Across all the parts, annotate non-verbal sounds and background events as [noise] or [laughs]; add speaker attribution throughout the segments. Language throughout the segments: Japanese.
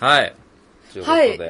Speaker 1: はい。ということで。
Speaker 2: はい
Speaker 1: え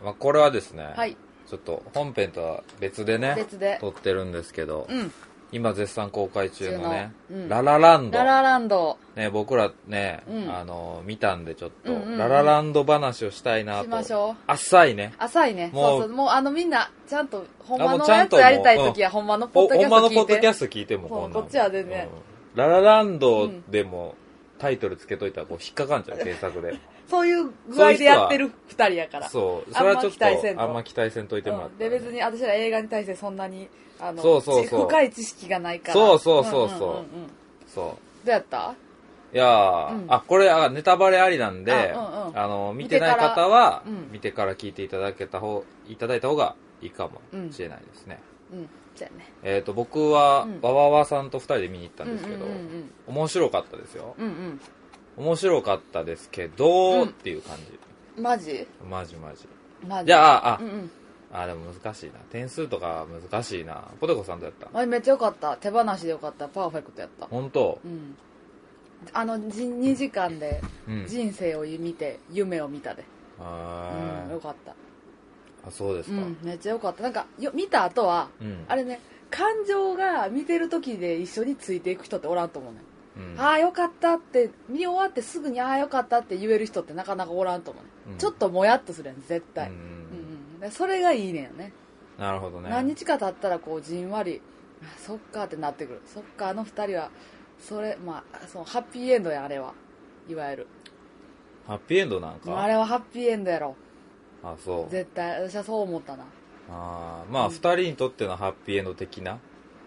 Speaker 1: ーまあ、これはですね、
Speaker 2: はい
Speaker 1: ちょっと本編とは別でね、
Speaker 2: 別で
Speaker 1: 撮ってるんですけど、
Speaker 2: うん
Speaker 1: 今絶賛公開中のね、
Speaker 2: 中のうん
Speaker 1: ララランド。
Speaker 2: ララランド
Speaker 1: ね、僕らね、
Speaker 2: うん
Speaker 1: あの、見たんでちょっと、
Speaker 2: うんうんうん
Speaker 1: ララランド話をしたいなと。
Speaker 2: しましょう
Speaker 1: 浅いね。
Speaker 2: 浅いね
Speaker 1: も
Speaker 2: そううそうもうあのみんなちゃんとほん
Speaker 1: あ
Speaker 2: ま
Speaker 1: もう
Speaker 2: の
Speaker 1: ちゃ
Speaker 2: や
Speaker 1: ん
Speaker 2: つ
Speaker 1: ともう
Speaker 2: やりたい時はほんまのポッドキャ
Speaker 1: ほんまのポッドキャ
Speaker 2: ス
Speaker 1: スト聞いても
Speaker 2: そう
Speaker 1: こんなん
Speaker 2: こっちは全然
Speaker 1: うんララランドでも、タイトルつけといたらこう引っかかんじゃん、検索で。
Speaker 2: トそういう具合でやってる二人やから
Speaker 1: そう。
Speaker 2: あ
Speaker 1: そ
Speaker 2: ん
Speaker 1: れ
Speaker 2: ま
Speaker 1: はちょっ
Speaker 2: 期待せん
Speaker 1: と、
Speaker 2: と
Speaker 1: あんま期待せんといてもらっ
Speaker 2: うん
Speaker 1: た
Speaker 2: で
Speaker 1: らね
Speaker 2: 別に私ら映画に対してそんなにあの
Speaker 1: そうそうそう
Speaker 2: ち深い知識がないから
Speaker 1: そうそうそうそうん
Speaker 2: んんんど
Speaker 1: そう
Speaker 2: やった
Speaker 1: う。いやー、
Speaker 2: うん
Speaker 1: あ、これ、あ、ネタバレありなんで、
Speaker 2: あうんうん
Speaker 1: あの、見てない方は、
Speaker 2: 見てからうん
Speaker 1: 見てから聞いていただけた方、いただいた方がいいかもしれないですね。
Speaker 2: うんじゃあね
Speaker 1: えっ、と、僕は、
Speaker 2: うん
Speaker 1: わわわさんと二人で見に行った
Speaker 2: うんん
Speaker 1: ですけど、
Speaker 2: うんうん
Speaker 1: 面白かったですよ。
Speaker 2: うんうん
Speaker 1: 面白かったですけど、
Speaker 2: うん
Speaker 1: っていう感じ。
Speaker 2: うんマジ
Speaker 1: マジマジ。
Speaker 2: マジ
Speaker 1: じゃあ、あ、
Speaker 2: うんうん
Speaker 1: あ、でも難しいな。点数とか難しいな。ポテコさんどうやった
Speaker 2: あれめっちゃよかった手放しでよかったパーフェクトやった
Speaker 1: 本当
Speaker 2: うんあのじ2時間で
Speaker 1: うん。
Speaker 2: 人生を見て夢を見たで、
Speaker 1: あ
Speaker 2: うん、
Speaker 1: ー
Speaker 2: よかった、
Speaker 1: あ、そうです
Speaker 2: う
Speaker 1: か。
Speaker 2: ん、めっちゃよかったなんかよ見た後は
Speaker 1: うん
Speaker 2: あれね感情が見てる時で一緒についていく人っておらんと思うね、
Speaker 1: うん
Speaker 2: ん、ああよかったって見終わってすぐにああよかったって言える人ってなかなかおらんと思うね、
Speaker 1: うん
Speaker 2: ん、ちょっともやっとするやん絶対、
Speaker 1: う
Speaker 2: うんん
Speaker 1: うん
Speaker 2: うんでそれがいいねんよね
Speaker 1: なるほどね。
Speaker 2: 何日か経ったらこうじんわりあそっかってなってくるそっかあの二人はそれまあそのハッピーエンドやあれはいわゆる
Speaker 1: ハッピーエンドなんか
Speaker 2: あれはハッピーエンドやろ
Speaker 1: あそう
Speaker 2: 絶対私はそう思ったな
Speaker 1: あーまあ、二人にとってのハッピーエンド的な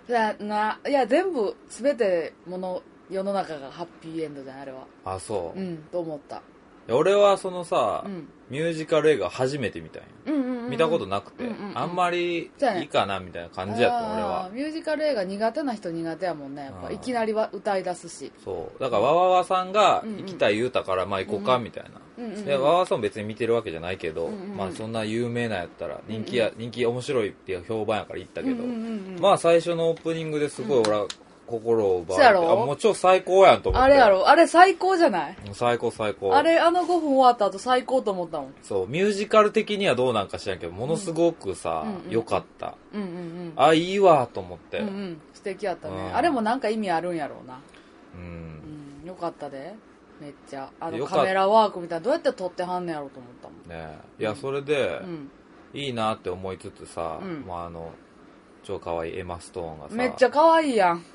Speaker 1: い
Speaker 2: やないや全部全てもの世の中がハッピーエンドじゃんあれは
Speaker 1: あそう、
Speaker 2: う
Speaker 1: い
Speaker 2: んと思った、
Speaker 1: や俺はそのさ、
Speaker 2: うん、
Speaker 1: ミュージカル映画初めて見たんや、
Speaker 2: うんうんうん
Speaker 1: 見たことなくて、
Speaker 2: うんうんうん
Speaker 1: あんまり
Speaker 2: そうやね
Speaker 1: いいかなみたいな感じやった俺
Speaker 2: あ
Speaker 1: は
Speaker 2: ーミュージカル映画苦手な人苦手やもんねやっ
Speaker 1: あ
Speaker 2: ぱ
Speaker 1: ー
Speaker 2: いきなりは歌い出すし
Speaker 1: そうだからわわわさんが
Speaker 2: うんうん
Speaker 1: 行きたい言うたからまあ行こうかみたいな、
Speaker 2: うんうんうん
Speaker 1: でわわわさんも別に見てるわけじゃないけど、
Speaker 2: うんうんうん
Speaker 1: まあそんな有名なやったら人気や、人気面白いっていう評判やから行ったけど、
Speaker 2: うんうんうんうん
Speaker 1: まあ最初のオープニングですごい俺は心を奪
Speaker 2: そう
Speaker 1: わ
Speaker 2: や
Speaker 1: れて、
Speaker 2: ろ
Speaker 1: あもう超最高やんと思って
Speaker 2: あれやろあれ最高じゃない
Speaker 1: もう最高最高
Speaker 2: あれあの5分終わった後最高と思ったもん
Speaker 1: そうミュージカル的にはどうなんか知らんけどものすごくさ
Speaker 2: うん
Speaker 1: 良、かった
Speaker 2: うんうんうん
Speaker 1: あいいわと思って
Speaker 2: うんうん素敵やったね、
Speaker 1: うん
Speaker 2: あれもなんか意味あるんやろうな、
Speaker 1: う、
Speaker 2: うんん、よかったでめっちゃあ
Speaker 1: よ
Speaker 2: の
Speaker 1: かっ
Speaker 2: カメラワークみたいなどうやって撮ってはんねやろうと思ったもん
Speaker 1: ねいやそれで、
Speaker 2: うん、
Speaker 1: いいなって思いつつさ、
Speaker 2: うん
Speaker 1: まあ、あの超可愛いエマ・ストーンがさ
Speaker 2: めっちゃ可愛いやん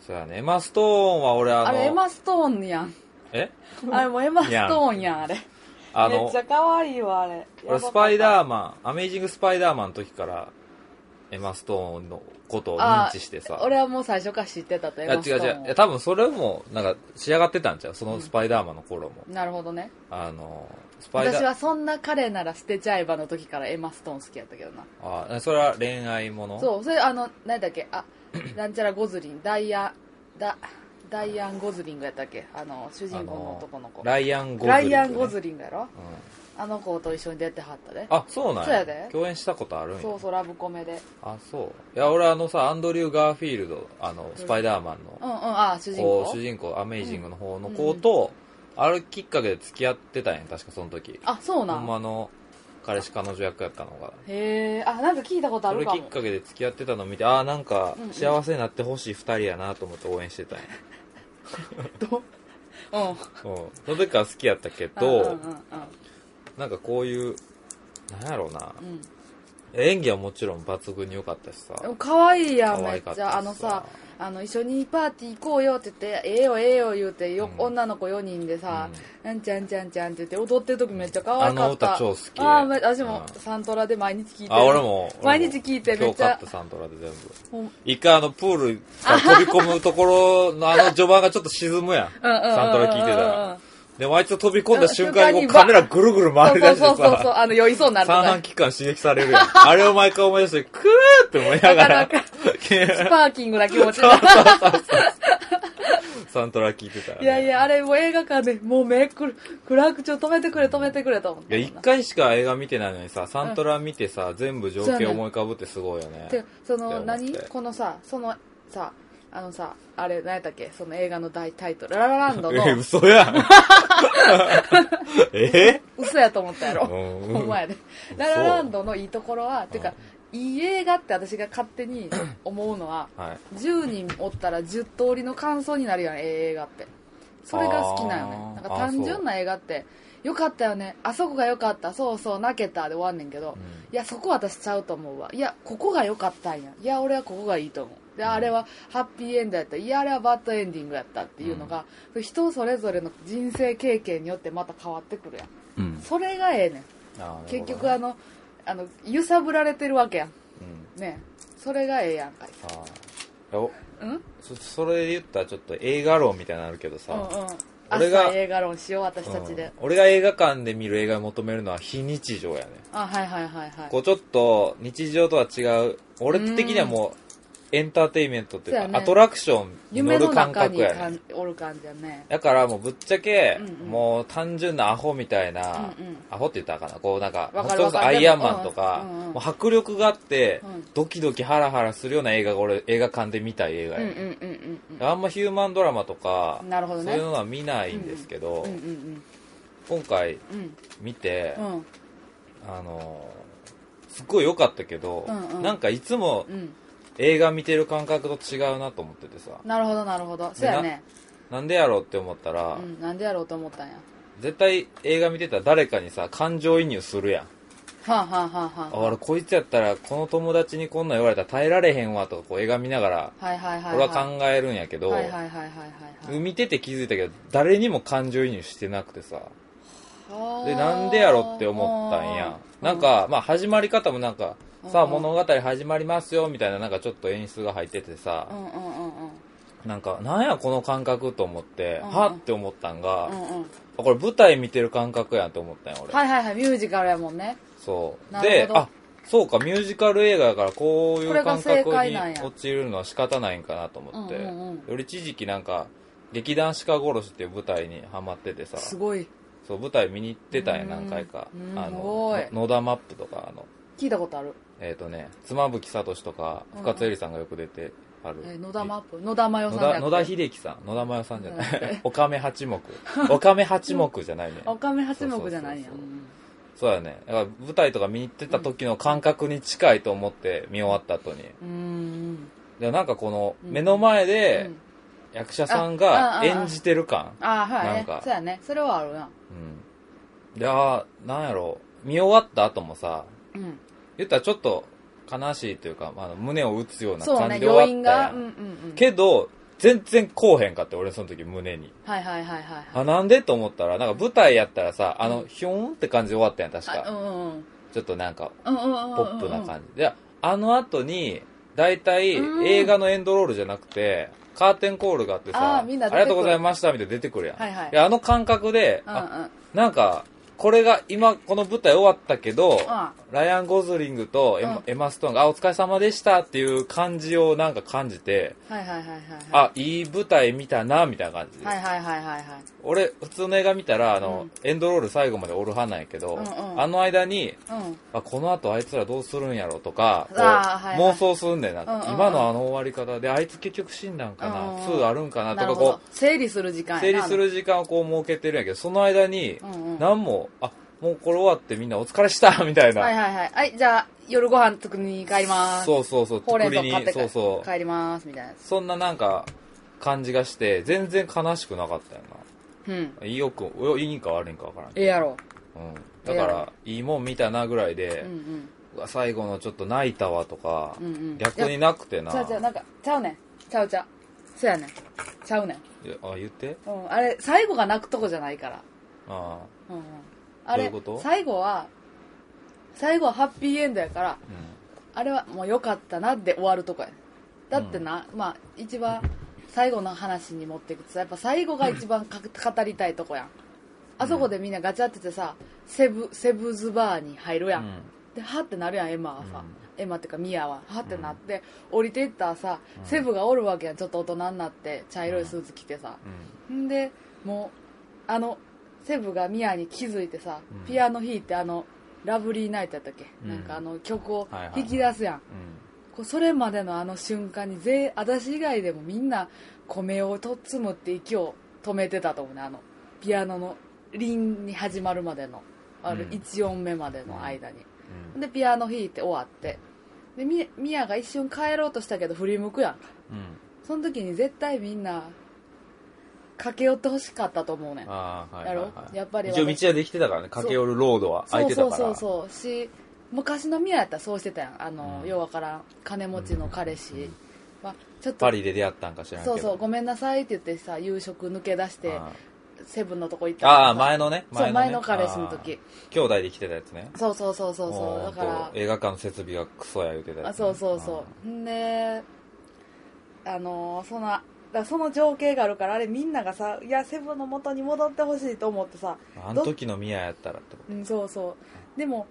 Speaker 1: そうやねエマ・ストーンは俺あの
Speaker 2: あれエマ・ストーンや
Speaker 1: [laughs]
Speaker 2: ん
Speaker 1: え
Speaker 2: あれもうエマ・ストーンやんあれ
Speaker 1: あ
Speaker 2: めっ
Speaker 1: の
Speaker 2: ちゃ可愛いわあれ
Speaker 1: 俺スパイダ
Speaker 2: ー
Speaker 1: ーマンアメイジング・スパイダーマンの時からエマ・ストーンのことを認知してさ
Speaker 2: 俺はもう最初から知ってたと
Speaker 1: い
Speaker 2: エ
Speaker 1: や
Speaker 2: マ・ス
Speaker 1: 違
Speaker 2: ト
Speaker 1: う違
Speaker 2: ーン
Speaker 1: う
Speaker 2: を
Speaker 1: いや多分それもなんか仕上がってたんちゃうそのスパイダーマンの頃も、
Speaker 2: なるほどね
Speaker 1: あのスパイダー
Speaker 2: 私はそんな彼なら捨てちゃえばの時からエマ・ストーン好きやったけどな
Speaker 1: あーそれは恋愛もの
Speaker 2: そうそれあの何だっけあなんちゃらゴズリンダイヤだダイアン・ゴズリングやったっけあの主人
Speaker 1: あ
Speaker 2: 公の
Speaker 1: の
Speaker 2: 男の子
Speaker 1: ライアン・ゴズリングね、
Speaker 2: ライアン・ゴズリングやろ
Speaker 1: うん
Speaker 2: あの子と一緒に出てはったで
Speaker 1: あそうなん
Speaker 2: そうやで
Speaker 1: 共演したことあるんや
Speaker 2: そうそうラブコメで
Speaker 1: あそういや俺あのさアンドリュー・ガーフィールドあのスパイダーマンの
Speaker 2: うんうんあ主人
Speaker 1: こ
Speaker 2: 公
Speaker 1: う主人公アメイジングの方の子と、あるきっかけで付き合ってたんや確かその時
Speaker 2: あそうな
Speaker 1: ほんま
Speaker 2: ん
Speaker 1: の彼氏彼女役やったのが
Speaker 2: へえあなんか聞いたことあ
Speaker 1: そ
Speaker 2: る
Speaker 1: れ
Speaker 2: か
Speaker 1: きっ
Speaker 2: も
Speaker 1: かけで付き合ってたの見てああなんか
Speaker 2: うんうん
Speaker 1: 幸せになってほしい2人やなと思って応援してたんや、
Speaker 2: どうん
Speaker 1: うん、その時から好きやったけ
Speaker 2: うん
Speaker 1: ど、
Speaker 2: うんうん
Speaker 1: なんかこういうなんやろうな
Speaker 2: うん
Speaker 1: 演技はもちろん抜群に良かったしさ
Speaker 2: でも可愛いやん
Speaker 1: 可
Speaker 2: め
Speaker 1: 愛
Speaker 2: っ
Speaker 1: かった
Speaker 2: ちゃあのさ
Speaker 1: さ
Speaker 2: あの一緒にパーティー行こうよって言ってええよええよ言うてよ、
Speaker 1: うん
Speaker 2: 女の子4人でさ、なんちゃんちゃんちゃんって言って踊ってる時めっちゃ可愛かった
Speaker 1: あの歌超好き
Speaker 2: あーめ私も
Speaker 1: うん
Speaker 2: サントラで毎日聴いてる
Speaker 1: あ俺も
Speaker 2: 毎日聞いてめっ
Speaker 1: 今日
Speaker 2: ちゃ
Speaker 1: 買ったサントラで全部
Speaker 2: ほん
Speaker 1: 一回あのプールから飛び込むところのあの序盤がちょっと沈むやん
Speaker 2: うんうんうんうんうん
Speaker 1: サントラ聞いてたらでもあいつ飛び込んだ瞬間にこ
Speaker 2: うん瞬間に
Speaker 1: う
Speaker 2: バ
Speaker 1: カメラぐるぐる回り出して
Speaker 2: そうそうそうそう
Speaker 1: さ
Speaker 2: あの酔いそうになると
Speaker 1: 三
Speaker 2: か
Speaker 1: 半規管刺激されるやんあれを毎回思い出してクーって思いながら
Speaker 2: なかなかスパーキングな気持ちで
Speaker 1: サントラ聞いてたらね
Speaker 2: いやいやあれもう映画館でもう目くる暗くちょ止めてくれ止めてくれと思っ
Speaker 1: いや
Speaker 2: て
Speaker 1: 一回しか映画見てないのにさサントラ見てさ全部情景思い浮かぶってすごいよね
Speaker 2: てそ
Speaker 1: って思
Speaker 2: の
Speaker 1: って
Speaker 2: 何このさそのさあのさ、あれ、何やったっけその映画の大タイトル。ララランド
Speaker 1: え、
Speaker 2: の、
Speaker 1: 嘘やん。 [laughs] え
Speaker 2: 嘘やと思ったやろ。
Speaker 1: うん
Speaker 2: ほんまやで。ララランドのいいところは、てか、いい映画って私が勝手に思うのは、
Speaker 1: はい。
Speaker 2: 10人おったら10通りの感想になるよね、ええ映画って。それが好きなよね。
Speaker 1: あ
Speaker 2: なん
Speaker 1: ー
Speaker 2: か単純な映画って、よかったよね、あそこがよかった、そうそう、泣けたで終わんねんけど、
Speaker 1: うん
Speaker 2: いや、そこ私ちゃうと思うわ。いや、ここが良かったんや。いや、俺はここがいいと思う。で、あれはハッピーエンドやった。いや、あれはバッドエンディングやったっていうのが、人それぞれの人生経験によってまた変わってくるやん。
Speaker 1: うん。
Speaker 2: それがええねん。
Speaker 1: あー
Speaker 2: 結局
Speaker 1: な
Speaker 2: あ
Speaker 1: る
Speaker 2: の、あの、揺さぶられてるわけやん。
Speaker 1: ほどねうん
Speaker 2: ねそれがええやんかい。
Speaker 1: あーいやお
Speaker 2: うんうん
Speaker 1: そそれで言ったらちょっと映画論みたいになるけどさ、
Speaker 2: うん。
Speaker 1: 俺が
Speaker 2: 朝映画論しよう、私たち
Speaker 1: う
Speaker 2: で
Speaker 1: ん。俺が映画館で見る映画を求めるのは非日常やね
Speaker 2: あ、はいはいはいはい。
Speaker 1: こうちょっと日常とは違う俺的にはもうエンターテインメントっていう
Speaker 2: そ
Speaker 1: か
Speaker 2: うやね
Speaker 1: アトラクションに乗
Speaker 2: 夢の
Speaker 1: る感
Speaker 2: 中
Speaker 1: 覚
Speaker 2: に
Speaker 1: や
Speaker 2: か
Speaker 1: ね
Speaker 2: んおる感じやね。
Speaker 1: だからもうぶっちゃけ、
Speaker 2: うんうん
Speaker 1: もう単純なアホみたいな、
Speaker 2: うんうん
Speaker 1: アホって言ったらあかんなこうなんか
Speaker 2: わかる
Speaker 1: それこそ
Speaker 2: わか
Speaker 1: ア
Speaker 2: る
Speaker 1: イアンマンとか、
Speaker 2: うんうん
Speaker 1: もう迫力があって、
Speaker 2: うん
Speaker 1: ドキドキハラハラするような映画が俺映画館で見たい映
Speaker 2: う
Speaker 1: 画
Speaker 2: んう
Speaker 1: やね、
Speaker 2: んうんうんうん。
Speaker 1: あんまヒューマンドラマとか、
Speaker 2: なるほどね
Speaker 1: そういうのは見ないんですけど、
Speaker 2: うんうん
Speaker 1: 今回
Speaker 2: うんうん
Speaker 1: 見て、
Speaker 2: うん
Speaker 1: あのーすっごい良かったけど、
Speaker 2: うんうん
Speaker 1: なんかいつも
Speaker 2: うん
Speaker 1: 映画見てる感覚と違うなと思っててさ、
Speaker 2: なるほどなるほどそうやね
Speaker 1: なんでやろうって思ったら、
Speaker 2: うんなんでやろうと思ったんや
Speaker 1: 絶対映画見てたら誰かにさ、感情移入するやん。
Speaker 2: はあはあはあ
Speaker 1: あ、
Speaker 2: は
Speaker 1: 俺こいつやったらこの友達にこんなん言われたら耐えられへんわとかこう映画見ながら、
Speaker 2: あはいはいはい
Speaker 1: 俺は考えるんやけど、
Speaker 2: はいはいはいはいはいはい
Speaker 1: 見てて気づいたけど、誰にも感情移入してなくてさ、
Speaker 2: はあ
Speaker 1: でなんでやろって思ったんや
Speaker 2: う
Speaker 1: なんか、まあ、始まり方もなんかさあ
Speaker 2: うんうん
Speaker 1: 物語始まりますよみたいななんかちょっと演出が入っててさ
Speaker 2: うんうんうんうん
Speaker 1: なんかなんやこの感覚と思って
Speaker 2: うんうん
Speaker 1: はって思ったんが
Speaker 2: うんうん
Speaker 1: あこれ舞台見てる感覚やんって思ったんや俺
Speaker 2: はいはいはいミュージカルやもんね
Speaker 1: そう
Speaker 2: なる
Speaker 1: で
Speaker 2: ほど
Speaker 1: あそうかミュージカル映画やからこうい
Speaker 2: こ
Speaker 1: う
Speaker 2: れが
Speaker 1: 感
Speaker 2: 正
Speaker 1: 覚
Speaker 2: 解
Speaker 1: に
Speaker 2: なんや
Speaker 1: 陥るのは仕方ないんかなと思って
Speaker 2: うんうんうん
Speaker 1: より一時期なんか劇団鹿殺しっていう舞台にハマっててさ
Speaker 2: すごい
Speaker 1: そう舞台見に行ってたんや何回か
Speaker 2: うん
Speaker 1: あ
Speaker 2: すごい
Speaker 1: のの野田マップとかあの
Speaker 2: 聞いたことある
Speaker 1: えっ、とね、妻夫木聡とか、
Speaker 2: うん
Speaker 1: 深津絵里さんがよく出てある。
Speaker 2: えー野田マップ野田真
Speaker 1: 野
Speaker 2: 代さん
Speaker 1: 田
Speaker 2: だ
Speaker 1: 野田秀樹さん。野田真代さんじゃな
Speaker 2: じゃない
Speaker 1: [laughs] 。おかめ八目。おかめ八目じゃないね。
Speaker 2: おかめ八目じゃないんや
Speaker 1: そうそうそう
Speaker 2: う
Speaker 1: そ
Speaker 2: ん
Speaker 1: うだね。だから舞台とか見に行ってた時の感覚に近いと思って見終わった後に。
Speaker 2: うーん
Speaker 1: でもなんかこの、
Speaker 2: うん
Speaker 1: 目の前
Speaker 2: う
Speaker 1: で
Speaker 2: ん、
Speaker 1: 役者さん
Speaker 2: ああ
Speaker 1: が
Speaker 2: あ
Speaker 1: 演じてる感。
Speaker 2: ああはい
Speaker 1: なん
Speaker 2: ね
Speaker 1: か
Speaker 2: そうやねそれはあるな
Speaker 1: うん。で、あーなんやろう。見終わった後もさ、
Speaker 2: うん
Speaker 1: 言ったらちょっと悲しいというか、まああの、胸を打つような
Speaker 2: そう
Speaker 1: 感
Speaker 2: ね
Speaker 1: じで終わった
Speaker 2: 余
Speaker 1: やん
Speaker 2: 韻がうんうんうん
Speaker 1: けど、全然こうへんかって、俺その時胸に。
Speaker 2: はいはいはいはいはい
Speaker 1: あ、なんでと思ったら、なんか舞台やったらさ、あの、ひょんって感じで終わったやん、確
Speaker 2: あう
Speaker 1: か。
Speaker 2: んうんうん
Speaker 1: ちょっとなんか、
Speaker 2: ポ
Speaker 1: ポップな感じ。で、あの後に、大体、
Speaker 2: うん
Speaker 1: 映画のエンドロールじゃなくて、カーテンコールがあってさ、
Speaker 2: あーみんな
Speaker 1: あ
Speaker 2: 出
Speaker 1: りが
Speaker 2: てくる
Speaker 1: とうございました、みたいな出てくるやん。
Speaker 2: はいはい
Speaker 1: であの感覚で、
Speaker 2: うんう
Speaker 1: あ
Speaker 2: ん
Speaker 1: なんか、これが今、この舞台終わったけど、
Speaker 2: う
Speaker 1: ライアン・ゴズリングとエマ,、
Speaker 2: うん
Speaker 1: エマストーンが、あ、お疲れ様でしたっていう感じをなんか感じて、
Speaker 2: はいはいはいはいはい
Speaker 1: あ、いい舞台見たな、みたいな感じで。
Speaker 2: はいはいはいはいはい
Speaker 1: 俺、普通の映画見たら、あの、エンドロール最後までおる派なんやけど、
Speaker 2: うんうん
Speaker 1: あの間に、
Speaker 2: うん
Speaker 1: あ、この後あいつらどうするんやろとか、こう
Speaker 2: あーはいはい
Speaker 1: 妄想するんだよな、
Speaker 2: うんうんうん
Speaker 1: 今のあの終わり方で、あいつ結局死んだんか
Speaker 2: うん
Speaker 1: な、
Speaker 2: うん
Speaker 1: ツーあるんかな
Speaker 2: な
Speaker 1: と
Speaker 2: る
Speaker 1: か、
Speaker 2: ほど
Speaker 1: こ
Speaker 2: 整理する時間
Speaker 1: う、
Speaker 2: や
Speaker 1: 整
Speaker 2: な
Speaker 1: 理する時間をこう設けてるんやけど、その間に
Speaker 2: う、んうんは
Speaker 1: 何も、あ、もうこれ終わってみんなお疲れした、 [laughs] みたい
Speaker 2: い
Speaker 1: な。
Speaker 2: はいはいはいじゃあ夜ご飯作りに帰ります
Speaker 1: そうそうそう、
Speaker 2: ほうれん草
Speaker 1: 作り
Speaker 2: 買って
Speaker 1: そうそう。
Speaker 2: 帰りますみたいなやつ
Speaker 1: そんななんか、感じがして、全然悲しくなかったよな。
Speaker 2: うん
Speaker 1: いいよく、いいんか悪いんかわからんけ
Speaker 2: ええやろ
Speaker 1: ど。うん。だから、いいもん見たなぐらいうで
Speaker 2: んう、ん
Speaker 1: うわ最後のちょっと泣いたわとか、
Speaker 2: うんうん
Speaker 1: 逆になくてな。
Speaker 2: ちゃうちゃうなんかちゃうねんちゃうちゃうそうやねんちゃうねん
Speaker 1: いやあ、言って
Speaker 2: うんあれ最後が泣くとこじゃないから
Speaker 1: ああ。
Speaker 2: うんうんあれ
Speaker 1: どういうこと
Speaker 2: 最後は最後はハッピーエンドやから
Speaker 1: うん。
Speaker 2: あれはもう良かったなって終わるとこやねだってな、まあ一番最後の話に持っていくとさやっぱ最後が一番か語りたいとこやんあそこでみんなガチャっててさセブセブズバーに入るやん、
Speaker 1: うん
Speaker 2: でハってなるやんエマはさ、エマっていうかミアはハってなって、降りていったらさセブがおるわけやんちょっと大人になって茶色いスーツ着てさ、
Speaker 1: うん
Speaker 2: でもうあのセブがミアに気づいてさ、
Speaker 1: うん
Speaker 2: ピアノ弾いてあのラブリーナイトやったっけ、
Speaker 1: うん
Speaker 2: なんかあの曲を
Speaker 1: はいはいはい
Speaker 2: 引き出すやん、
Speaker 1: ん。
Speaker 2: こうそれまでのあの瞬間に全私以外でもみんな米をとっつむって息を止めてたと思うねあのピアノの輪に始まるまでのあの
Speaker 1: うん
Speaker 2: 1音目までの間
Speaker 1: う
Speaker 2: に、
Speaker 1: ん
Speaker 2: でピアノ弾いて終わってでみミヤが一瞬帰ろうとしたけど振り向くやんか
Speaker 1: うん
Speaker 2: その時に絶対みんな駆け寄ってほしかったと思うねん
Speaker 1: ああはいはい、
Speaker 2: や
Speaker 1: は
Speaker 2: ろ
Speaker 1: い、
Speaker 2: やっぱり
Speaker 1: 一応道はできてたからね駆け寄るロードは空いてたから
Speaker 2: そうそうそうそうし昔のミヤやったらそうしてたやんあの、
Speaker 1: うん
Speaker 2: ようわからん金持ちの彼氏
Speaker 1: うん
Speaker 2: は、ちょっと
Speaker 1: パリで出会ったんか知らんけ
Speaker 2: そ
Speaker 1: ど
Speaker 2: うそうごめんなさいって言ってさ夕食抜け出して
Speaker 1: あ
Speaker 2: セブンのとこ行っ
Speaker 1: ー
Speaker 2: た
Speaker 1: あー前のね
Speaker 2: そう前
Speaker 1: ね
Speaker 2: の彼氏の時
Speaker 1: あー兄弟で来てたやつね
Speaker 2: そうそうそうそうそう
Speaker 1: も
Speaker 2: だから
Speaker 1: ほんと映画館の設備がクソや言うてたやつね、
Speaker 2: あそうそうそううんであのーそのだからその情景があるからあれみんながさいやセブンの元に戻ってほしいと思ってさ
Speaker 1: あーあの時のミヤやったらってこ
Speaker 2: うんそうそうでも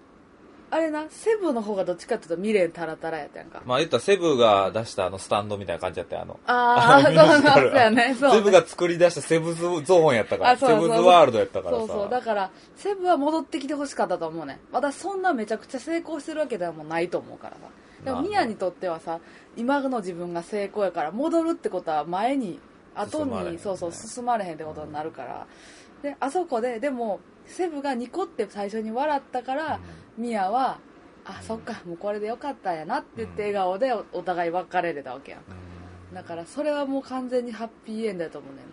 Speaker 2: あれなセブンの方がどっちかっていうと未練タラタラやったやんか
Speaker 1: とまあ言ったらセブが出したあのスタンドみたいな感じやったよあの
Speaker 2: ああそう
Speaker 1: ミュー
Speaker 2: そう
Speaker 1: ジカル
Speaker 2: そうやねそう
Speaker 1: セブが作り出したセブズゾーンやったか
Speaker 2: あ
Speaker 1: ら
Speaker 2: そう
Speaker 1: セ
Speaker 2: そう
Speaker 1: ブズワールドやったからさ
Speaker 2: そうそうだからセブは戻ってきてほしかったと思うね私そんなめちゃくちゃ成功してるわけではもうないと思うからさで
Speaker 1: ま
Speaker 2: も
Speaker 1: あ
Speaker 2: ミヤにとってはさ今の自分が成功やから戻るってことは前に後
Speaker 1: 進まれへん
Speaker 2: に
Speaker 1: ね
Speaker 2: そうそう進まれへんってことになるから、であそこででもセブがニコって最初に笑ったから、ミヤはあ、
Speaker 1: うん
Speaker 2: そっかもうこれでよかったんやなって言って
Speaker 1: うん
Speaker 2: 笑顔でおお互い別れれたわけやん
Speaker 1: うん
Speaker 2: だからそれはもう完全にハッピーエンドやと思うねんな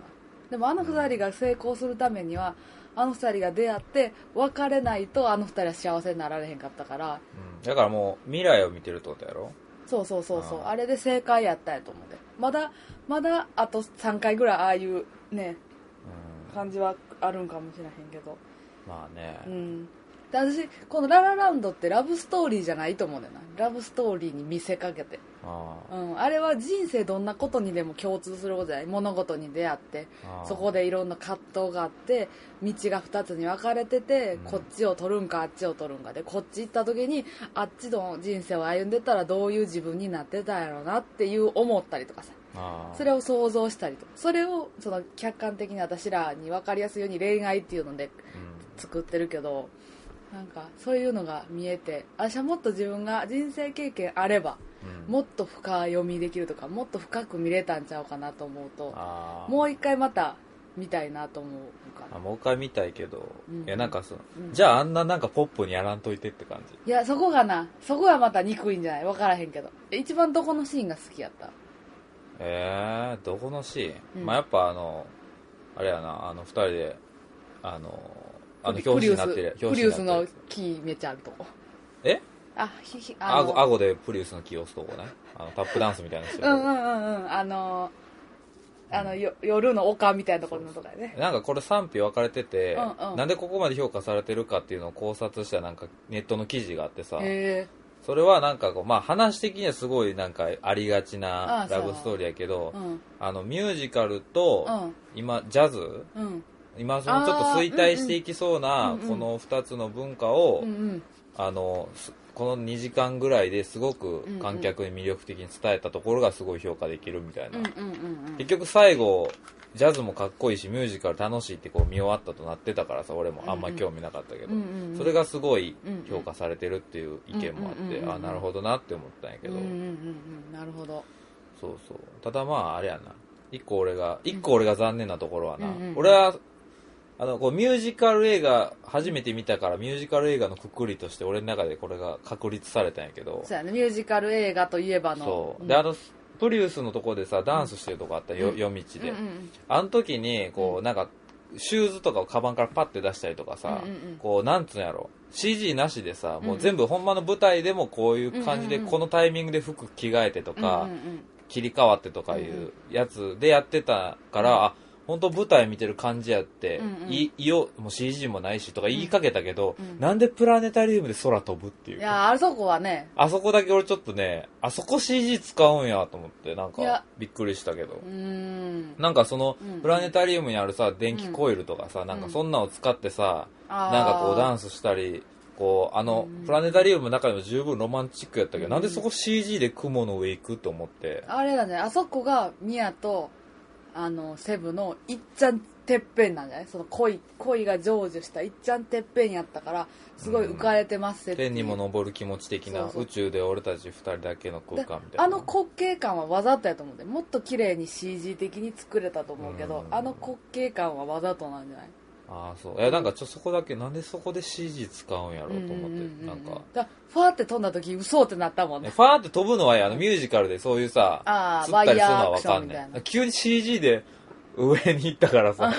Speaker 2: でもあの二人が成功するためにはあの二人が出会って別れないとあの二人は幸せになられへんかったから
Speaker 1: うんだからもう未来を見てるってことやろ
Speaker 2: そうそうそうそう
Speaker 1: あ
Speaker 2: あ
Speaker 1: あ
Speaker 2: れで正解やったんやと思うでまだまだあと3回ぐらいああいうね
Speaker 1: うん
Speaker 2: 感じはあるんかもしれへんけど
Speaker 1: まあね、
Speaker 2: うんで私この「ララランド」ってラブストーリーじゃないと思うねんなラブストーリーに見せかけて
Speaker 1: あー
Speaker 2: うん、あれは人生どんなことにでも共通することじゃない物事に出会って
Speaker 1: あー
Speaker 2: そこでいろんな葛藤があって道が2つに分かれてて、
Speaker 1: うん
Speaker 2: こっちを取るんかあっちを取るんかでこっち行った時にあっちの人生を歩んでたらどういう自分になってたんやろうなっていう思ったりとかさ
Speaker 1: あー
Speaker 2: それを想像したりとかそれをその客観的に私らに分かりやすいように恋愛っていうので
Speaker 1: う
Speaker 2: 作ってるけどなんかそういうのが見えて私はもっと自分が人生経験あれば
Speaker 1: んうん
Speaker 2: もっと深読みできるとかもっと深く見れたんちゃうかなと思うと
Speaker 1: あー
Speaker 2: もう一回また見たいなと思うか
Speaker 1: あ
Speaker 2: ら
Speaker 1: もう一回見たいけど、
Speaker 2: うん
Speaker 1: いやなんかその、
Speaker 2: うん
Speaker 1: じゃああんななんかポップにやらんといてって感じ
Speaker 2: いやそこがなそこはまた憎いんじゃない分からへんけどえ一番どこのシーンが好きやった
Speaker 1: えー、どこのシーン、
Speaker 2: うん
Speaker 1: まあやっぱあのあれやなあの二人であのあの
Speaker 2: ク
Speaker 1: 表
Speaker 2: リ
Speaker 1: 紙になってる
Speaker 2: プリウス
Speaker 1: 表
Speaker 2: プ
Speaker 1: 紙に
Speaker 2: リウ
Speaker 1: な
Speaker 2: ス
Speaker 1: っ
Speaker 2: の
Speaker 1: てる
Speaker 2: 木めちゃあるとこ
Speaker 1: え
Speaker 2: あひひあの
Speaker 1: 顎顎でプリウスの木を押すとこねあのタップダンスみたいな人、
Speaker 2: うんうんうんうんあのあのよ夜の丘みたいなところのとかやね
Speaker 1: なんかこれ賛否分かれてて、
Speaker 2: うんうん
Speaker 1: なんでここまで評価されてるかっていうのを考察したなんかネットの記事があってさ、
Speaker 2: へえ
Speaker 1: それはなんかこう、まあ、話的にはすごいなんかありがちな
Speaker 2: あそう
Speaker 1: ラブストーリーやけど
Speaker 2: うんうん
Speaker 1: あのミュージカルと、今ジャズ
Speaker 2: うん
Speaker 1: 今そのちょっと衰退していきそう
Speaker 2: あーう
Speaker 1: なん
Speaker 2: うん
Speaker 1: この2つの文化を、
Speaker 2: うんうん
Speaker 1: あのすこの2時間ぐらいですごく
Speaker 2: うんうん
Speaker 1: 観客に魅力的に伝えたところがすごい評価できるみたいな、
Speaker 2: うんうんうん
Speaker 1: 結局最後ジャズもかっこいいしミュージカル楽しいってこう見終わったとなってたからさ俺もあんま興味なかったけど、
Speaker 2: うんうんうん
Speaker 1: それがすごい
Speaker 2: うんうん
Speaker 1: 評価されてるっていう意見もあって、
Speaker 2: うんうんうんうん
Speaker 1: あなるほどなって思ったんやけ
Speaker 2: うん
Speaker 1: ど、
Speaker 2: うんうんうんなるほど
Speaker 1: そうそうただまああれやな一個俺が一個俺が残念なところはな、
Speaker 2: うんうんうん
Speaker 1: 俺はあのこうミュージカル映画初めて見たからミュージカル映画のくくりとして俺の中でこれが確立されたんやけど
Speaker 2: そうやねミュージカル映画といえばの
Speaker 1: そう
Speaker 2: うん
Speaker 1: であのプリウスのとこでさダンスしてるとこあったよ、
Speaker 2: うん
Speaker 1: 夜道で、
Speaker 2: うんうん
Speaker 1: あの時にこ
Speaker 2: う
Speaker 1: うなんかシューズとかをカバンからパッて出したりとかさ、
Speaker 2: うんうんうん
Speaker 1: こうなんつうんやろ CG なしでさもううん全部ほんまの舞台でもこういう感じで
Speaker 2: うんうんうん
Speaker 1: このタイミングで服着替えてとか、
Speaker 2: うんうんうん
Speaker 1: 切り替わってとかい
Speaker 2: うんう
Speaker 1: うやつでやってたから、あ本当舞台見てる感じやって、
Speaker 2: うんうん
Speaker 1: いいよもう CG もないしとか言いかけたけど、
Speaker 2: うんうん
Speaker 1: なんでプラネタリウムで空飛ぶっていう
Speaker 2: いやあそこはね
Speaker 1: あそこだけ俺ちょっとねあそこ CG 使うんやと思ってなん
Speaker 2: いや
Speaker 1: かびっくりしたけど
Speaker 2: うーん
Speaker 1: なんかその
Speaker 2: うん
Speaker 1: プラネタリウムにあるさ電気コイルとかさ、なんかそんなのを使ってさ、なんかこうダ
Speaker 2: ン
Speaker 1: ンスしたりこうあの
Speaker 2: うん
Speaker 1: プラネタリウムの中でも十分ロマンチックやったけど、
Speaker 2: うん
Speaker 1: なんでそこ CG で雲の上行くと思って
Speaker 2: あれだねあそこがミヤとあのセブのいっちゃんてっぺんなんじゃないその恋恋が成就したいっちゃんてっぺんやったからすごい浮かれてますっていう
Speaker 1: 天にも昇る気持ち的な
Speaker 2: そうそう
Speaker 1: 宇宙で俺たち二人だけの空
Speaker 2: で
Speaker 1: 間みたいな
Speaker 2: あの滑稽感はわざとやと思うんでもっと綺麗に CG 的に作れたと思うけど
Speaker 1: うん
Speaker 2: あの滑稽感はわざとなんじゃない
Speaker 1: ああそういやなんかちょそこだけなんでそこで CG 使うんやろうと思っ
Speaker 2: うんうんうんう
Speaker 1: てなんか
Speaker 2: だからファーって飛んだ時嘘ってなったもん
Speaker 1: ね
Speaker 2: ね
Speaker 1: ファーって飛ぶのはあのミュージカルでそういうさ
Speaker 2: あー
Speaker 1: 釣ったりするのは
Speaker 2: ワイヤーアク
Speaker 1: わ
Speaker 2: ショ
Speaker 1: か
Speaker 2: ン
Speaker 1: ん
Speaker 2: みたい
Speaker 1: な
Speaker 2: ない
Speaker 1: 急に CG で上に行ったから
Speaker 2: [laughs]
Speaker 1: さ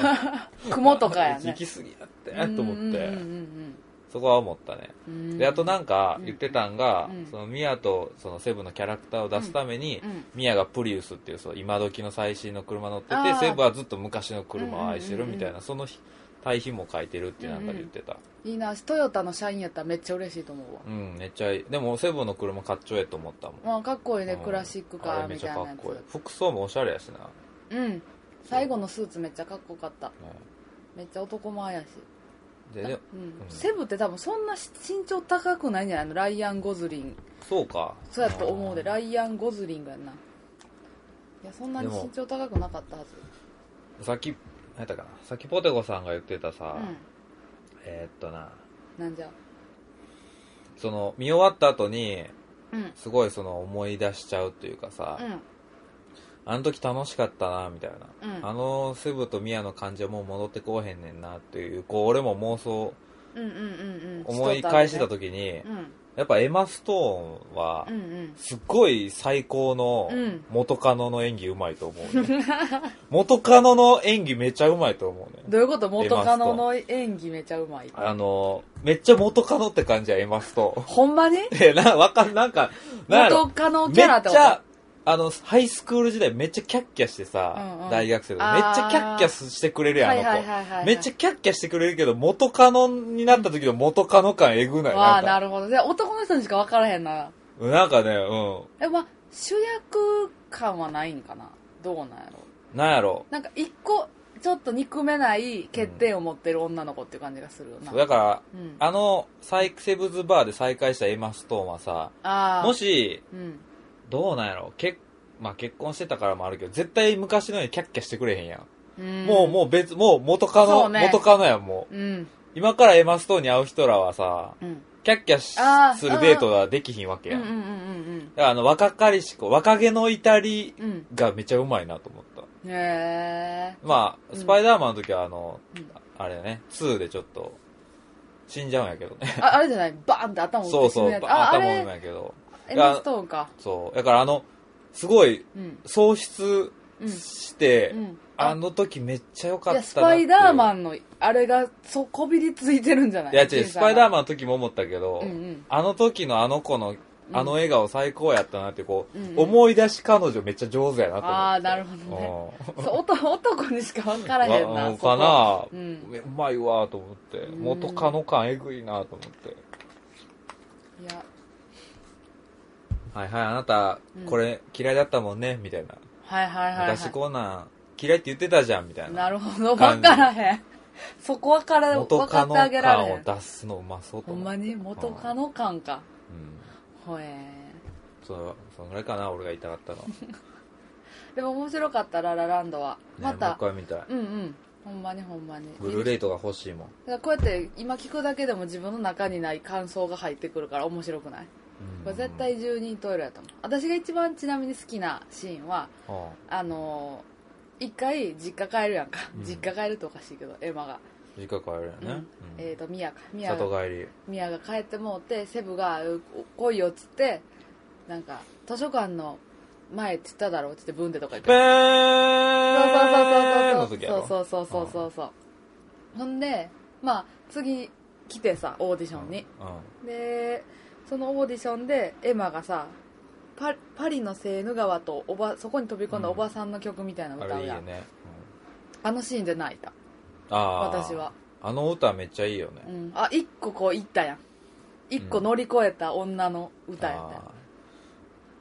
Speaker 2: 雲とかや
Speaker 1: 行
Speaker 2: ね
Speaker 1: き過ぎやってと思っ
Speaker 2: うんうん
Speaker 1: てそこは思ったね
Speaker 2: うんうんうん
Speaker 1: であとなんか言ってたんが、
Speaker 2: うん
Speaker 1: そのミヤとそのセブンのキャラクターを出すために、
Speaker 2: うん
Speaker 1: ミヤがプリウスっていうそう今時の最新の車乗って
Speaker 2: あ
Speaker 1: て
Speaker 2: ー
Speaker 1: セブンはずっと昔の車を愛してるみたいな、
Speaker 2: うんうんうん
Speaker 1: その対比も書いてるってなんか言ってた
Speaker 2: いいなトヨタの社員やったらめっちゃ嬉しいと思うわ
Speaker 1: うん、めっちゃいいでもセブンの車かっちょええと思ったもん、
Speaker 2: まあかっこいいね
Speaker 1: うん
Speaker 2: クラシックカ
Speaker 1: あ
Speaker 2: ー
Speaker 1: れめっ
Speaker 2: み
Speaker 1: ち
Speaker 2: た
Speaker 1: ゃ
Speaker 2: い
Speaker 1: か
Speaker 2: な
Speaker 1: っ
Speaker 2: や
Speaker 1: こいい
Speaker 2: つ
Speaker 1: 服装もおしゃれやしな、ね
Speaker 2: うん最後のスーツめっちゃかっこよかっためっちゃ男前やし
Speaker 1: で
Speaker 2: な
Speaker 1: で
Speaker 2: うん
Speaker 1: うん
Speaker 2: セブって多分そんな身長高くないんじゃないのライアン・ゴズリン
Speaker 1: そうか
Speaker 2: そうやと思うで
Speaker 1: ん
Speaker 2: ライアン・ゴズリングやんないやそんなに
Speaker 1: でも
Speaker 2: 身長高くなかったはず
Speaker 1: さっき何やったかなさっきポテコさんが言ってた
Speaker 2: う
Speaker 1: さ、
Speaker 2: ん
Speaker 1: えーっとな
Speaker 2: なんじゃ
Speaker 1: その見終わった後に
Speaker 2: うんう
Speaker 1: すごいその思い出しちゃうというかさ、
Speaker 2: ん
Speaker 1: あの時楽しかったなみたいな、
Speaker 2: うん
Speaker 1: あのセブとミヤの感じはもう戻ってこうへんねんなっていうこう俺も妄想
Speaker 2: うんうんうんうん
Speaker 1: 思い返してた時に、
Speaker 2: うん
Speaker 1: やっぱエマ・ストーンは
Speaker 2: うんうん
Speaker 1: すっごい最高の
Speaker 2: うん
Speaker 1: 元カノの演技うまいと思う、
Speaker 2: [laughs]
Speaker 1: ね元カノの演技めちゃうまいと思うね
Speaker 2: どういうこと元カノの演技めちゃうまい
Speaker 1: あのめっちゃ元カノって感じやエマ・スト
Speaker 2: ほんまに
Speaker 1: ーン [laughs] えなわかんなんかなんやろ
Speaker 2: 元カノキ
Speaker 1: め
Speaker 2: ャラっ
Speaker 1: ってち
Speaker 2: こと
Speaker 1: ゃあのハイスクール時代めっちゃキャッキャしてさ、
Speaker 2: うんうん
Speaker 1: 大学生でめっち
Speaker 2: あー
Speaker 1: ゃキャッキャしてくれるやんあの子、
Speaker 2: はいはいはいはいはい
Speaker 1: めっちゃキャッキャしてくれるけど元カノになった時の元カノ感えぐない
Speaker 2: わ
Speaker 1: なん
Speaker 2: あ
Speaker 1: か
Speaker 2: なるほどで男の人にしか分からへんな
Speaker 1: なんかねう
Speaker 2: えまあ主役感はないんかなどうなんやろ
Speaker 1: んなんやろ
Speaker 2: なんか一個ちょっと憎めない欠点を持ってる女の子っていう感じがするよな、
Speaker 1: だから
Speaker 2: うん
Speaker 1: あのサイセブズバーで再会したエマ・ストーンはさ
Speaker 2: あー
Speaker 1: もし
Speaker 2: うん
Speaker 1: どうなんやろ結,、まあ、結婚してたからもあるけど絶対昔のようにキャッキャしてくれへんやん、
Speaker 2: うん
Speaker 1: もうもう別もう元カ
Speaker 2: そ
Speaker 1: ノ、
Speaker 2: うね
Speaker 1: 元カノやんもう
Speaker 2: うん
Speaker 1: 今からエマ・ストーンに会う人らはさ
Speaker 2: うん
Speaker 1: キャッキャ
Speaker 2: あー
Speaker 1: しするデートはできひんわけ
Speaker 2: う
Speaker 1: や。
Speaker 2: んうんん
Speaker 1: だ
Speaker 2: う
Speaker 1: か
Speaker 2: ん
Speaker 1: らあの、若かりし子、若気の至り
Speaker 2: うんうん
Speaker 1: がめちゃうまいなと思った。
Speaker 2: うんへえ
Speaker 1: まあ、
Speaker 2: うん
Speaker 1: スパイダーマンの時はあの、
Speaker 2: うん
Speaker 1: あれね、2でちょっと、死んじゃうんやけど
Speaker 2: [laughs]
Speaker 1: ね。
Speaker 2: ああれじゃないバーンって頭を
Speaker 1: そうそう、
Speaker 2: や
Speaker 1: バ
Speaker 2: つ
Speaker 1: ーン
Speaker 2: ああ
Speaker 1: 頭うん
Speaker 2: れ
Speaker 1: やけど。
Speaker 2: エマストーンか
Speaker 1: そう。だからあの、すごい、
Speaker 2: うん
Speaker 1: 喪失
Speaker 2: うん
Speaker 1: して、
Speaker 2: うん
Speaker 1: あの時めっちゃ良か
Speaker 2: い
Speaker 1: ったな
Speaker 2: や
Speaker 1: ってい
Speaker 2: スパイダーマ
Speaker 1: ン。
Speaker 2: ンのあれがそこびりついてるんじゃない
Speaker 1: いや違う、スパイダー
Speaker 2: マ
Speaker 1: マンの時も思ったけど、
Speaker 2: うんうん
Speaker 1: あの時のあの子の、あの笑顔最高やったなってこう、
Speaker 2: うんうん
Speaker 1: 思い出し彼女めっちゃ上手やなと思って。
Speaker 2: ああなるほどねそう男男にしか分からへん
Speaker 1: わ
Speaker 2: な
Speaker 1: うん
Speaker 2: そこ
Speaker 1: かな、
Speaker 2: う
Speaker 1: うんうまいわと思って、
Speaker 2: ん
Speaker 1: 元カノ感えぐいなと思って
Speaker 2: いや
Speaker 1: はいはいあなた
Speaker 2: うん
Speaker 1: これ嫌いだったもんねみたいな、
Speaker 2: はいはいはい、はい、
Speaker 1: 昔こんなん嫌いって言ってたじゃんみたいな
Speaker 2: なるほど分からへんそこ分から分
Speaker 1: 元
Speaker 2: か
Speaker 1: カ
Speaker 2: っ
Speaker 1: ノ
Speaker 2: てあげられ
Speaker 1: 感
Speaker 2: へ
Speaker 1: を
Speaker 2: ん
Speaker 1: 出すのうまそうと
Speaker 2: ほ
Speaker 1: 思
Speaker 2: ん
Speaker 1: う
Speaker 2: まに元カノ感か
Speaker 1: うん
Speaker 2: ほえ
Speaker 1: そうそのぐらいかな俺が言いたかったのね
Speaker 2: ーでも面白かったララランドは [laughs] ま
Speaker 1: もう
Speaker 2: た
Speaker 1: 一、回見たい
Speaker 2: うんうんほんまにほんまに
Speaker 1: ブルーレイとか欲しいもん、
Speaker 2: だからこうやって今聞くだけでも自分の中にない感想が入ってくるから面白くない
Speaker 1: うん
Speaker 2: これ絶対十人十色やと思う私が一番ちなみに好きなシーンは
Speaker 1: はあ
Speaker 2: あのー一回実家帰るやんか、
Speaker 1: うん
Speaker 2: 実家帰るとおかしいけどエマが、
Speaker 1: 実家帰るよね、
Speaker 2: うん
Speaker 1: うん
Speaker 2: えっ、とミヤかミヤ
Speaker 1: 里
Speaker 2: が
Speaker 1: 帰り
Speaker 2: ミヤが帰ってもうてセブがう「来いよ」っつってなんか図書館の前って言っただろうっつってブンでとか言って
Speaker 1: ペーンの時や
Speaker 2: そ
Speaker 1: ろ
Speaker 2: うそうそうそうそうそうそうそうそうほんでまあ次来てさオーディションに、
Speaker 1: うん
Speaker 2: でそのオーディションでエマがさパパリのセーヌ川とおばそこに飛び込んだおばさんの曲みたいなの
Speaker 1: あ
Speaker 2: 歌
Speaker 1: れ
Speaker 2: う
Speaker 1: いい
Speaker 2: やん、
Speaker 1: よね、
Speaker 2: あのシーンで泣いた
Speaker 1: うん、あー
Speaker 2: 私は、
Speaker 1: あの歌めっちゃいいよね、
Speaker 2: うん、あ一個こういったやん一個乗り越えた女の歌やったやん
Speaker 1: あ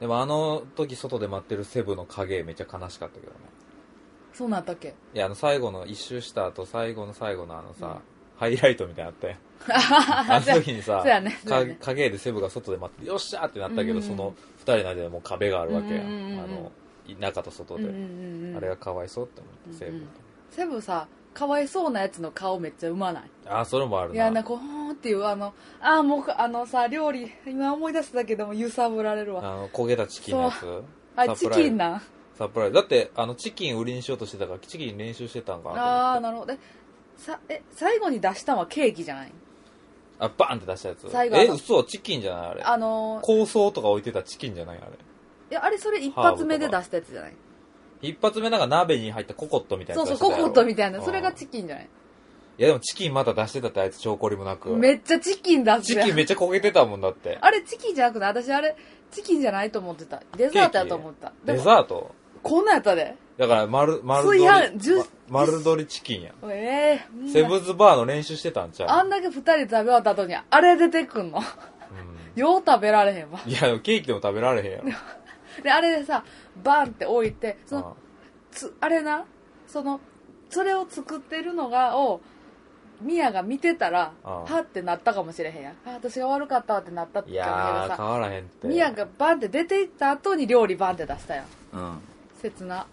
Speaker 1: ーでもあの時外で待ってるセブの影めっちゃ悲しかったけどね
Speaker 2: そうなんだっけ
Speaker 1: いやあの最後の一周した後最後の最後のあのさ、ハイライトみたいなのあったやんあの
Speaker 2: [laughs]
Speaker 1: 時にさ
Speaker 2: そうやねそうやね
Speaker 1: か影でセブが外で待ってよっしゃーってなったけど、
Speaker 2: うんうん
Speaker 1: その二人の間でもう壁があるわけやん,、
Speaker 2: うんうんうんうん
Speaker 1: あのい中と外で、
Speaker 2: うんうんうんうん
Speaker 1: あれがかわいそうって思って、
Speaker 2: うんう
Speaker 1: セブ
Speaker 2: ん
Speaker 1: の
Speaker 2: セブさかわいそうなやつの顔めっちゃうまない
Speaker 1: あ、それもあるな。
Speaker 2: いやなんかほーんっていうあのあーもうあのさ料理今思い出しただけでも揺さぶられる
Speaker 1: あ
Speaker 2: わ
Speaker 1: の、焦げたチキンのやつ
Speaker 2: そあれチキン。な
Speaker 1: サプライ
Speaker 2: ん
Speaker 1: ズサプライズ。だって、あの、チキン売りにしようとしてたから、チキン練習してたんかなと思って。
Speaker 2: ああーなるほどえさえ最後に出したのはケーキじゃない
Speaker 1: あ、バーンって出したやつ。
Speaker 2: 最後
Speaker 1: え、嘘チキンじゃないあれ。
Speaker 2: あのー
Speaker 1: 構想とか置いてたチキンじゃないあれ。
Speaker 2: いやあれそれ一発目で出したやつじゃない
Speaker 1: 一発目なんか鍋に入ったココットみたいな
Speaker 2: そう
Speaker 1: やつ
Speaker 2: そう
Speaker 1: 出してたや
Speaker 2: コ
Speaker 1: ろ
Speaker 2: コットみたいなそれが
Speaker 1: うん
Speaker 2: チキンじゃない
Speaker 1: いやでもチキンまた出してたってあいつ証拠りもなく。
Speaker 2: めっちゃチキン出す
Speaker 1: チ
Speaker 2: やん
Speaker 1: キンめっちゃ焦げてたもんだって。
Speaker 2: あれチキンじゃなくない私あれチキンじゃないと思ってたデザートやと思ったで
Speaker 1: デ
Speaker 2: も
Speaker 1: ザート
Speaker 2: こんなんやったで
Speaker 1: だから丸、丸
Speaker 2: そうい
Speaker 1: 鶏、
Speaker 2: やジュ
Speaker 1: ま丸鶏チキンやん。
Speaker 2: ええ
Speaker 1: セブンズバーの練習してたんちゃ
Speaker 2: あ
Speaker 1: う、
Speaker 2: んだけ二人食べ終わった後にあれ出てくんの [laughs]
Speaker 1: う
Speaker 2: よう食べられへんわ
Speaker 1: ん、いや、でもケーキでも食べられへんやろ。
Speaker 2: であれでさバンって置いて [laughs] その
Speaker 1: うん
Speaker 2: つあれなそのそれを作ってるのがをミヤが見てたら
Speaker 1: うん
Speaker 2: はってなったかもしれへんやんあ私が悪かったわってなったって
Speaker 1: い
Speaker 2: 言うけど
Speaker 1: やー、変
Speaker 2: さ
Speaker 1: わらへんって。
Speaker 2: ミヤがバンって出て行った後に料理バンって出したやん
Speaker 1: うん。
Speaker 2: 切な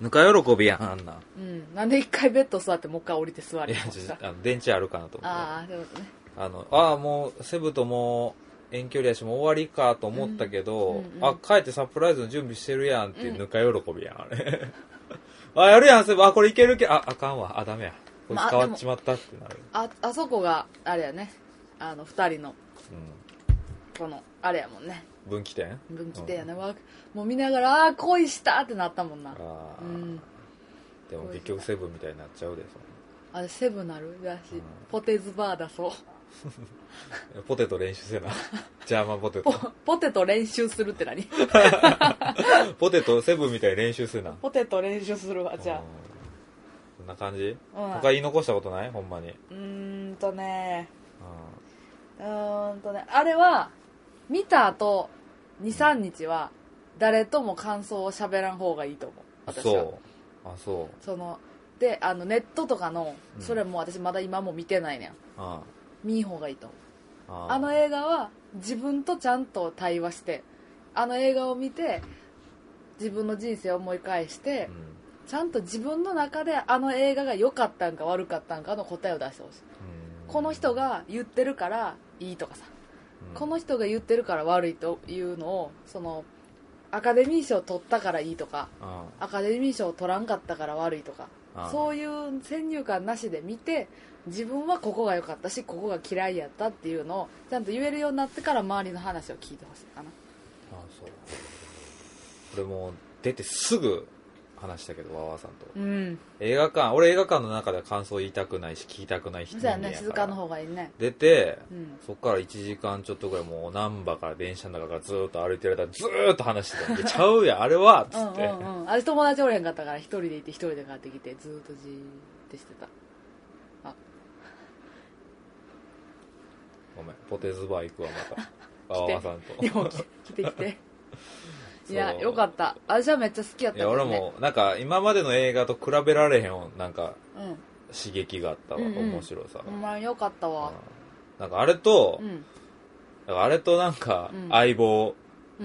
Speaker 1: ぬか喜びやん、あんな。
Speaker 2: うんなんで一回ベッド座ってもう一回降りて座
Speaker 1: い
Speaker 2: り
Speaker 1: や
Speaker 2: ま、
Speaker 1: ち
Speaker 2: し
Speaker 1: ょ
Speaker 2: た
Speaker 1: あの電池あるかなと思って。
Speaker 2: ああそういうことね
Speaker 1: あの、ああ、もう、セブともう遠距離やし、もう終わりかと思ったけど、
Speaker 2: うんうんうん
Speaker 1: あ、帰ってサプライズの準備してるやんっていうぬか喜びやん、あれ。 [laughs] あ、やるやん、セブ、あ、これいけるけ、あ、あかんわ、あ、ダメや。こいつ
Speaker 2: まあ
Speaker 1: 変わっちまったってなる。
Speaker 2: ああそこがあれやねあの二人のこのあれやもんね
Speaker 1: うん。分岐点
Speaker 2: 分岐点や
Speaker 1: な。
Speaker 2: ね、わもう見ながらああー恋したってなったもんな
Speaker 1: うんああ、
Speaker 2: うん
Speaker 1: でも結局セブみたいになっちゃうで、そ
Speaker 2: あれセブンなるだし、
Speaker 1: うん
Speaker 2: ポテズバーだそう
Speaker 1: のポテト練習せ
Speaker 2: [laughs]
Speaker 1: な。ジャーマンポテ
Speaker 2: ポ
Speaker 1: ト。
Speaker 2: ポテト練習するって何
Speaker 1: [laughs] ポテトセブみたいに練習せな。
Speaker 2: [laughs] ポテト練習するわじゃあ
Speaker 1: うんそんな感じ
Speaker 2: うん
Speaker 1: 他言い残したことないほんまに。うん
Speaker 2: うーんとねうーんとねあれは見た後23日は誰とも感想を喋らん方がいいと思う
Speaker 1: あ、
Speaker 2: 私は
Speaker 1: そう。あ、そう。
Speaker 2: そのであのネットとかの
Speaker 1: うん
Speaker 2: それも私まだ今も見てないねん
Speaker 1: あ
Speaker 2: 見ん方がいいと思う
Speaker 1: あ
Speaker 2: あの映画は自分とちゃんと対話してあの映画を見て自分の人生を思い返して、
Speaker 1: うん
Speaker 2: ちゃんと自分の中であの映画が良かったんか悪かったんかの答えを出してほしい、
Speaker 1: うん
Speaker 2: この人、が言ってるからいいとかさ、
Speaker 1: うん
Speaker 2: この人が言ってるから悪いというのをそのアカデミー賞取ったからいいとか
Speaker 1: あ
Speaker 2: アカデミー賞取らんかったから悪いとか
Speaker 1: あ
Speaker 2: そういう先入観なしで見て自分はここが良かったしここが嫌いやったっていうのをちゃんと言えるようになってから周りの話を聞いてほしいかな
Speaker 1: あそう俺もう出てすぐ話したけどわわさんと
Speaker 2: うん
Speaker 1: 映画館俺映画館の中では感想言いたくないし聞きたくない人
Speaker 2: そ
Speaker 1: 間
Speaker 2: う
Speaker 1: や
Speaker 2: や
Speaker 1: から
Speaker 2: ね静かの方がいいね
Speaker 1: 出て、
Speaker 2: うん
Speaker 1: そっから1時間ちょっとぐらいもう難波から電車の中からずーっと歩いてる間ずーっと話してたんで「ちゃう
Speaker 2: [laughs]
Speaker 1: やんあれは」っつ
Speaker 2: うん
Speaker 1: って、
Speaker 2: うんうんあれ友達おれへんかったから一人でいて一人で帰ってきてずーっとじーってして
Speaker 1: [laughs]
Speaker 2: た
Speaker 1: ごめんポテズバー行くわまたわ
Speaker 2: [laughs] 来て
Speaker 1: わさんと
Speaker 2: 日本来来てき
Speaker 1: [laughs]
Speaker 2: て
Speaker 1: そう
Speaker 2: いやよかった私はめっちゃ好きやった
Speaker 1: い
Speaker 2: け
Speaker 1: や
Speaker 2: ど
Speaker 1: 俺
Speaker 2: ね
Speaker 1: もなんか今までの映画と比べられへんなんか
Speaker 2: うん
Speaker 1: 刺激があったわ、
Speaker 2: うんうん
Speaker 1: 面白さが、
Speaker 2: ほんまによかったわ
Speaker 1: なんかあれと、
Speaker 2: うん
Speaker 1: なんかあれとなんか
Speaker 2: うん
Speaker 1: 相棒、
Speaker 2: うん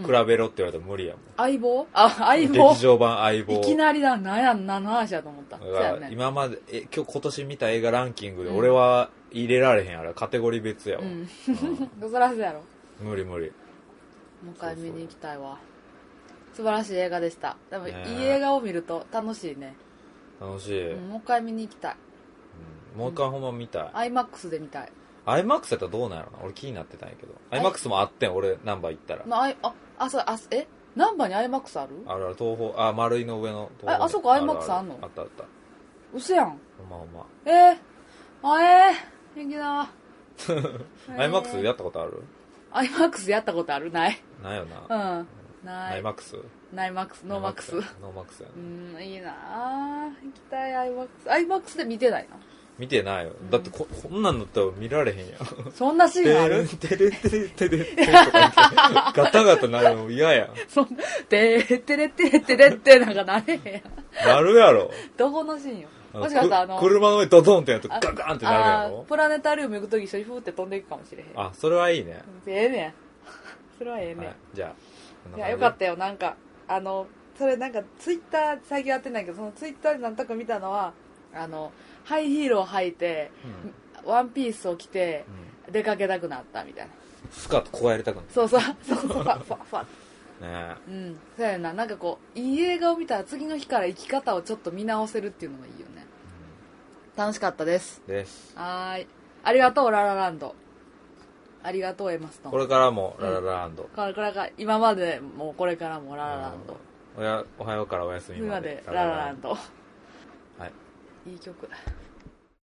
Speaker 1: 比べろって言われたら無理やもん。
Speaker 2: 相棒 [laughs] あ相棒
Speaker 1: 劇場版相棒。
Speaker 2: いきなりだなんやんなの話やと思った
Speaker 1: だ
Speaker 2: そう
Speaker 1: か
Speaker 2: や
Speaker 1: ら
Speaker 2: ね
Speaker 1: 今まで、え、今日今年見た映画ランキングで
Speaker 2: うん
Speaker 1: 俺は入れられへん、あれ。カテゴリー別やわ。
Speaker 2: う
Speaker 1: うん
Speaker 2: んそらそうやろ
Speaker 1: 無理無理。
Speaker 2: もう一回見に行きたいわ素晴らしい映画でしたでもい
Speaker 1: ねえ
Speaker 2: い映画を見ると楽しいね
Speaker 1: 楽しい。
Speaker 2: うんもう一回見に行きたい
Speaker 1: うんもう一回ほんま見たい。
Speaker 2: IMAX で見たい
Speaker 1: IMAX やったらどうなんやろな。俺気になってたんやけど。
Speaker 2: い
Speaker 1: IMAX もあってん、俺ナンバー行ったら。
Speaker 2: まああいああそうあえナンバーに IMAX ある
Speaker 1: あるある、東宝、あ、丸いの上の東宝
Speaker 2: ああそこ
Speaker 1: るる
Speaker 2: IMAX あんの
Speaker 1: あったあった。
Speaker 2: 嘘やん
Speaker 1: ほんまほんま。
Speaker 2: えー、あえー、元気だ
Speaker 1: IMAX やったことある
Speaker 2: IMAX やったことあるない
Speaker 1: ないよな。
Speaker 2: うんない
Speaker 1: IMAX?
Speaker 2: ナイマックスノーマックスう
Speaker 1: ノーマックスやな。
Speaker 2: んいいなあ行きたい IMAX IMAX で見てないな
Speaker 1: 見てないよだってここんなんだったら見られへん
Speaker 2: [laughs]
Speaker 1: やん
Speaker 2: そんなシーンある
Speaker 1: てるてるてるてるてるとか言ってガタガタなるの嫌やん
Speaker 2: そんな、てーてれってれってれってなんかなれへんやん。
Speaker 1: なるやろ
Speaker 2: どこのシーンよ。
Speaker 1: あ
Speaker 2: も
Speaker 1: の
Speaker 2: しかしたらあの、
Speaker 1: く車の上ドドンってやるとガ
Speaker 2: あ
Speaker 1: ガンってなるや
Speaker 2: あー
Speaker 1: ろ
Speaker 2: プラネタリウム行くとき一緒にふーって飛んでいくかもしれへん。
Speaker 1: あそれはいいね
Speaker 2: ええねん。それはええねん。
Speaker 1: はいじゃあ
Speaker 2: いや、よかったよ。なんか、あの、それなんかツイッター最近やってないけど、そのツイッターでなんとか見たのは、あの、ハイヒールを履いて、ワンピースを着て出かけたくなったみたいな
Speaker 1: スカートこうやりたくなる
Speaker 2: そうそうそうそうファファファ
Speaker 1: ね
Speaker 2: うんそうやななんかこういい映画を見たら次の日から生き方をちょっと見直せるっていうのがいいよね楽しかったです
Speaker 1: えです
Speaker 2: はーいありがとうララランドありがとうエマストン
Speaker 1: これからもララランド、
Speaker 2: これからが今までもこれからもララランド
Speaker 1: おやおはようからおやすみ
Speaker 2: 今
Speaker 1: ま
Speaker 2: ま
Speaker 1: で
Speaker 2: でララランド
Speaker 1: はい
Speaker 2: いい曲